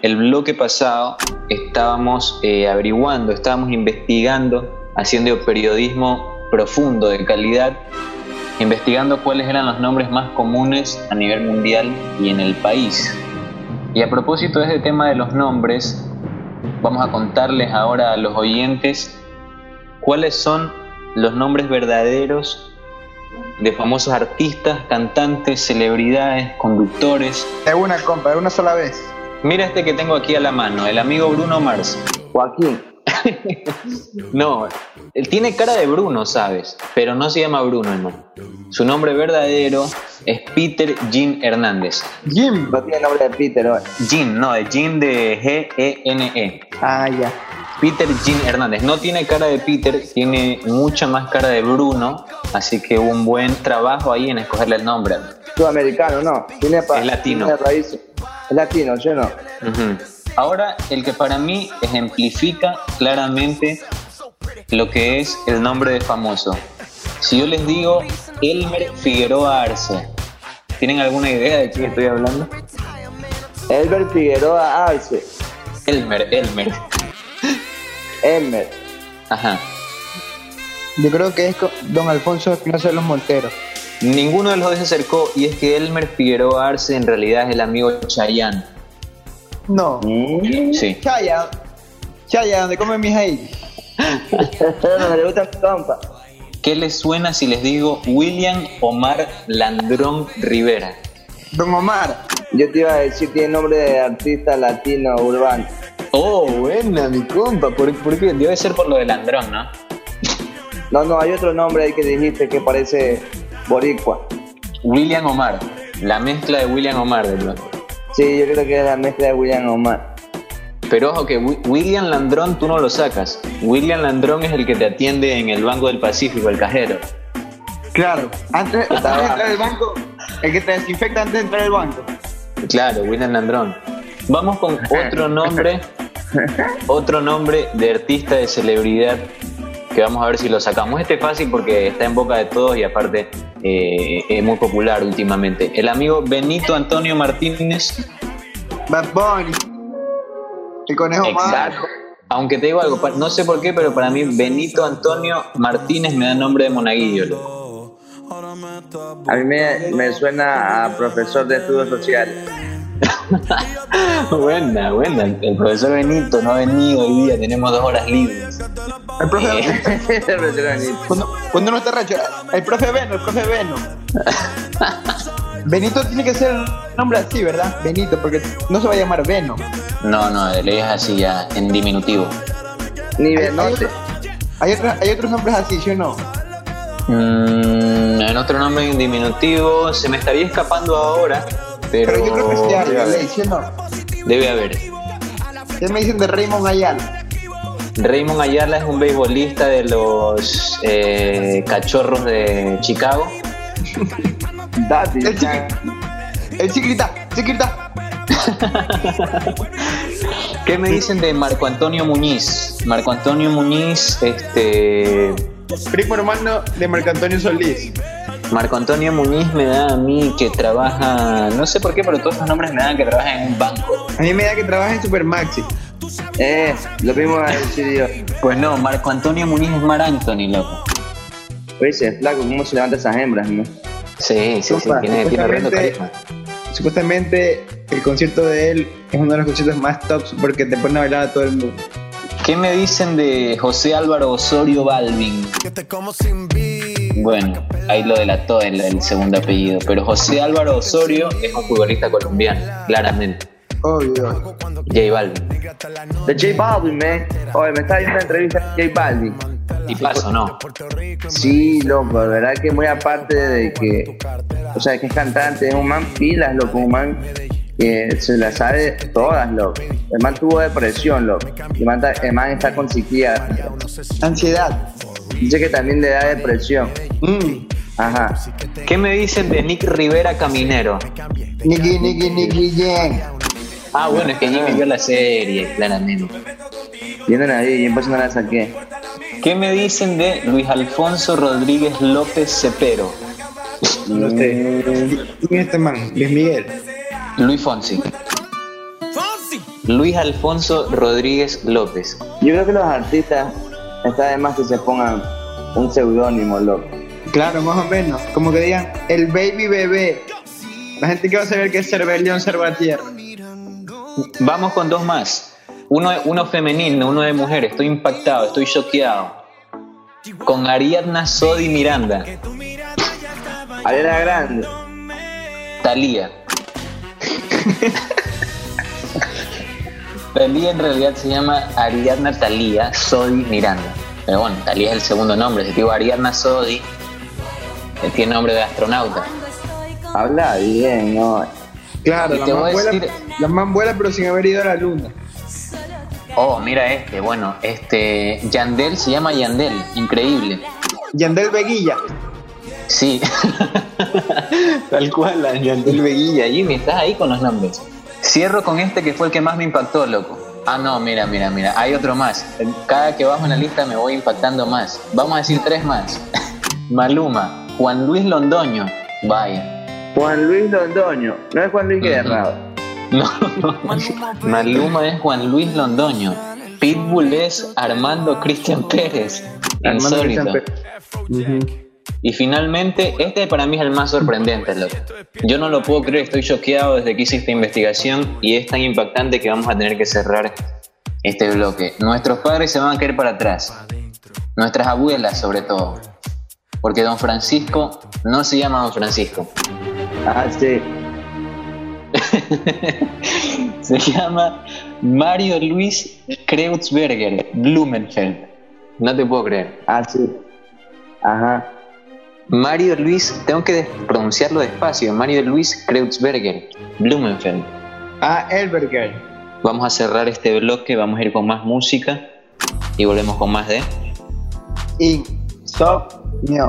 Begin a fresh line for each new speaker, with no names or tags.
El bloque pasado estábamos eh, averiguando, estábamos investigando, haciendo periodismo profundo de calidad, investigando cuáles eran los nombres más comunes a nivel mundial y en el país. Y a propósito de este tema de los nombres, vamos a contarles ahora a los oyentes cuáles son los nombres verdaderos de famosos artistas, cantantes, celebridades, conductores.
De una, compa, de una sola vez.
Mira este que tengo aquí a la mano, el amigo Bruno Mars.
Joaquín.
no, él tiene cara de Bruno, ¿sabes? Pero no se llama Bruno, hermano. Su nombre verdadero es Peter Jim Hernández.
Jim. No tiene nombre de Peter, ¿eh? ¿no?
Jim, no, es Jim de G-E-N-E.
Ah, ya.
E. Peter Jim Hernández. No tiene cara de Peter, tiene mucha más cara de Bruno. Así que un buen trabajo ahí en escogerle el nombre.
Sudamericano, no. Tiene
es latino.
Tiene raíz. Es latino, yo no.
Ujú. Ahora, el que para mí ejemplifica claramente lo que es el nombre de famoso. Si yo les digo Elmer Figueroa Arce, ¿tienen alguna idea de quién estoy hablando?
Elber Figueroa Arce.
Elmer, Elmer.
Elmer.
Ajá.
Yo creo que es co- don Alfonso Espinosa de los Monteros.
Ninguno de los dos se acercó y es que Elmer Figueroa Arce en realidad es el amigo de Chayanne.
No.
Sí.
Chaya. Chaya, ¿dónde come mi ahí? no le gusta mi compa.
¿Qué les suena si les digo William Omar Landrón Rivera?
Don Omar. Yo te iba a decir, tiene nombre de artista latino urbano.
Oh, buena, mi compa. ¿Por, por qué? Debe ser por lo de Landrón, ¿no?
No, no, hay otro nombre ahí que dijiste que parece boricua.
William Omar. La mezcla de William Omar, de pronto.
Sí, yo creo que es la mezcla de William Omar.
Pero ojo que Wi- William Landrón tú no lo sacas. William Landrón es el que te atiende en el Banco del Pacífico, el cajero.
Claro, antes, antes de entrar al banco, el que te desinfecta antes de entrar al banco.
Claro, William Landrón. Vamos con otro nombre, otro nombre de artista de celebridad que vamos a ver si lo sacamos. Este es fácil porque está en boca de todos y aparte eh, es muy popular últimamente. El amigo Benito Antonio Martínez.
Bad Bunny. El conejo más.
Exacto. Aunque te digo algo, pa- no sé por qué, pero para mí Benito Antonio Martínez me da nombre de monaguillo. loco.
A mí me, me suena a profesor de estudios sociales.
buena, buena. El profesor Benito no ha venido hoy día, tenemos dos horas libres.
El profe,
Eh,
cuando, cuando uno está racho, el profe Veno, el profe Veno. Benito tiene que ser un nombre así, ¿verdad? Benito, porque no se va a llamar Veno.
no, no, él es así ya, en diminutivo.
Ni
Hay,
de noche.
otro- hay otro- hay otros nombres así, ¿sí o no?
Mm, en otro nombre en diminutivo, se me estaría escapando ahora, pero,
Pero yo creo que sí hay,
debe haber.
¿sí o no?
Debe haber.
¿Qué me dicen de Raymond Ayala?
Raymond Ayala es un beisbolista de los eh, cachorros de Chicago.
Dati.
El chiquita. El chiquita, chiquita.
¿Qué me dicen de Marco Antonio Muñiz? Marco Antonio Muñiz, este,
Primo hermano de Marco Antonio Solís.
Marco Antonio Muñiz me da a mí que trabaja, no sé por qué, pero todos los nombres me dan que trabaja en un banco.
A mí me da que trabaja en Supermaxi.
Eh, lo mismo a decir yo.
Pues no, Marco Antonio Muñiz es Mar Anthony, loco.
Oye, flaco, ¿cómo se levanta esas hembras, no?
Sí, sí, sí,
Compa,
tiene, tiene horrendo
justamente-
carisma.
Supuestamente el concierto de él es uno de los conciertos más tops porque te pone a bailar a todo el mundo.
¿Qué me dicen de José Álvaro Osorio Balvin?
Que te como sin vida.
Bueno, ahí lo delató el, el segundo apellido, pero José Álvaro Osorio es un futbolista colombiano, claramente.
Obvio.
J Balvin.
De J Balvin, man. Oye, me está viendo una entrevista de J Balvin.
Y paso, ¿no?
Sí, loco, de verdad que muy aparte de que, o sea, que es cantante, es un man pilas, loco, un man que se la sabe todas, loco. El man tuvo depresión, loco. El man, ta- el man está con psiquiatra.
Ansiedad.
Dice que también le da depresión.
Mm.
Ajá.
¿Qué me dicen de Nick Rivera Caminero?
Nicky, Nicky, Nicky, Jen.
Ah, bueno, es que Jimmy vio la serie, claramente.
Vienen ahí, yo en persona la saqué.
¿Qué me dicen de Luis Alfonso Rodríguez López Cepero?
No
Mm.
sé. ¿Quién es este man? Luis Miguel.
Luis Fonsi.
Fonsi.
Luis Alfonso Rodríguez López.
Yo creo que los artistas está de más que se pongan un seudónimo, loco.
Claro, más o menos. Como que digan, el baby bebé. La gente que va a saber que es Cervelión Cervatier.
Vamos con dos más. Uno, uno femenino, uno de mujer. Estoy impactado, estoy choqueado. Con Ariadna Sodi Miranda,
Ariana Grande.
Talía. Talía en realidad se llama Ariadna Talía Sodi Miranda. Pero bueno, Talía es el segundo nombre. Si te digo Ariadna Sodi, eh, tiene nombre de astronauta.
Habla bien, ¿no?
Claro,
Y
la
te
man,
voy a
vuela,
decir-
la man vuela, pero sin haber ido a la luna.
Oh, mira este, bueno, este. Yandel se llama Yandel, increíble.
Yandel Veguilla.
Sí. Tal cual, la Yandel Veguilla. Jimmy, estás ahí con los nombres. Cierro con este que fue el que más me impactó, loco. Ah, no, mira, mira, mira. Hay otro más. Cada que bajo en la lista me voy impactando más. Vamos a decir tres más. Maluma, Juan Luis Londoño. Vaya.
Juan Luis Londoño. No es Juan Luis Guerra.
No, no. Maluma es Juan Luis Londoño. Pitbull es Armando Cristian Pérez.
Armando
Insólito.
Cristian Pérez.
Y finalmente, este para mí es el más sorprendente, loco. Yo no lo puedo creer, estoy choqueado desde que hice esta investigación y es tan impactante que vamos a tener que cerrar este bloque. Nuestros padres se van a caer para atrás, nuestras abuelas sobre todo, porque don Francisco no se llama don Francisco,
Ah, sí.
se llama Mario Luis Kreutzberger Blumenfeld. No te puedo creer.
Ah, sí. Ajá.
Mario Luis, tengo que des- pronunciarlo despacio, Mario Luis Kreutzberger Blumenfeld.
Ah, Elberger.
Vamos a cerrar este bloque, vamos a ir con más música y volvemos con más de...
In. Stop. Mío.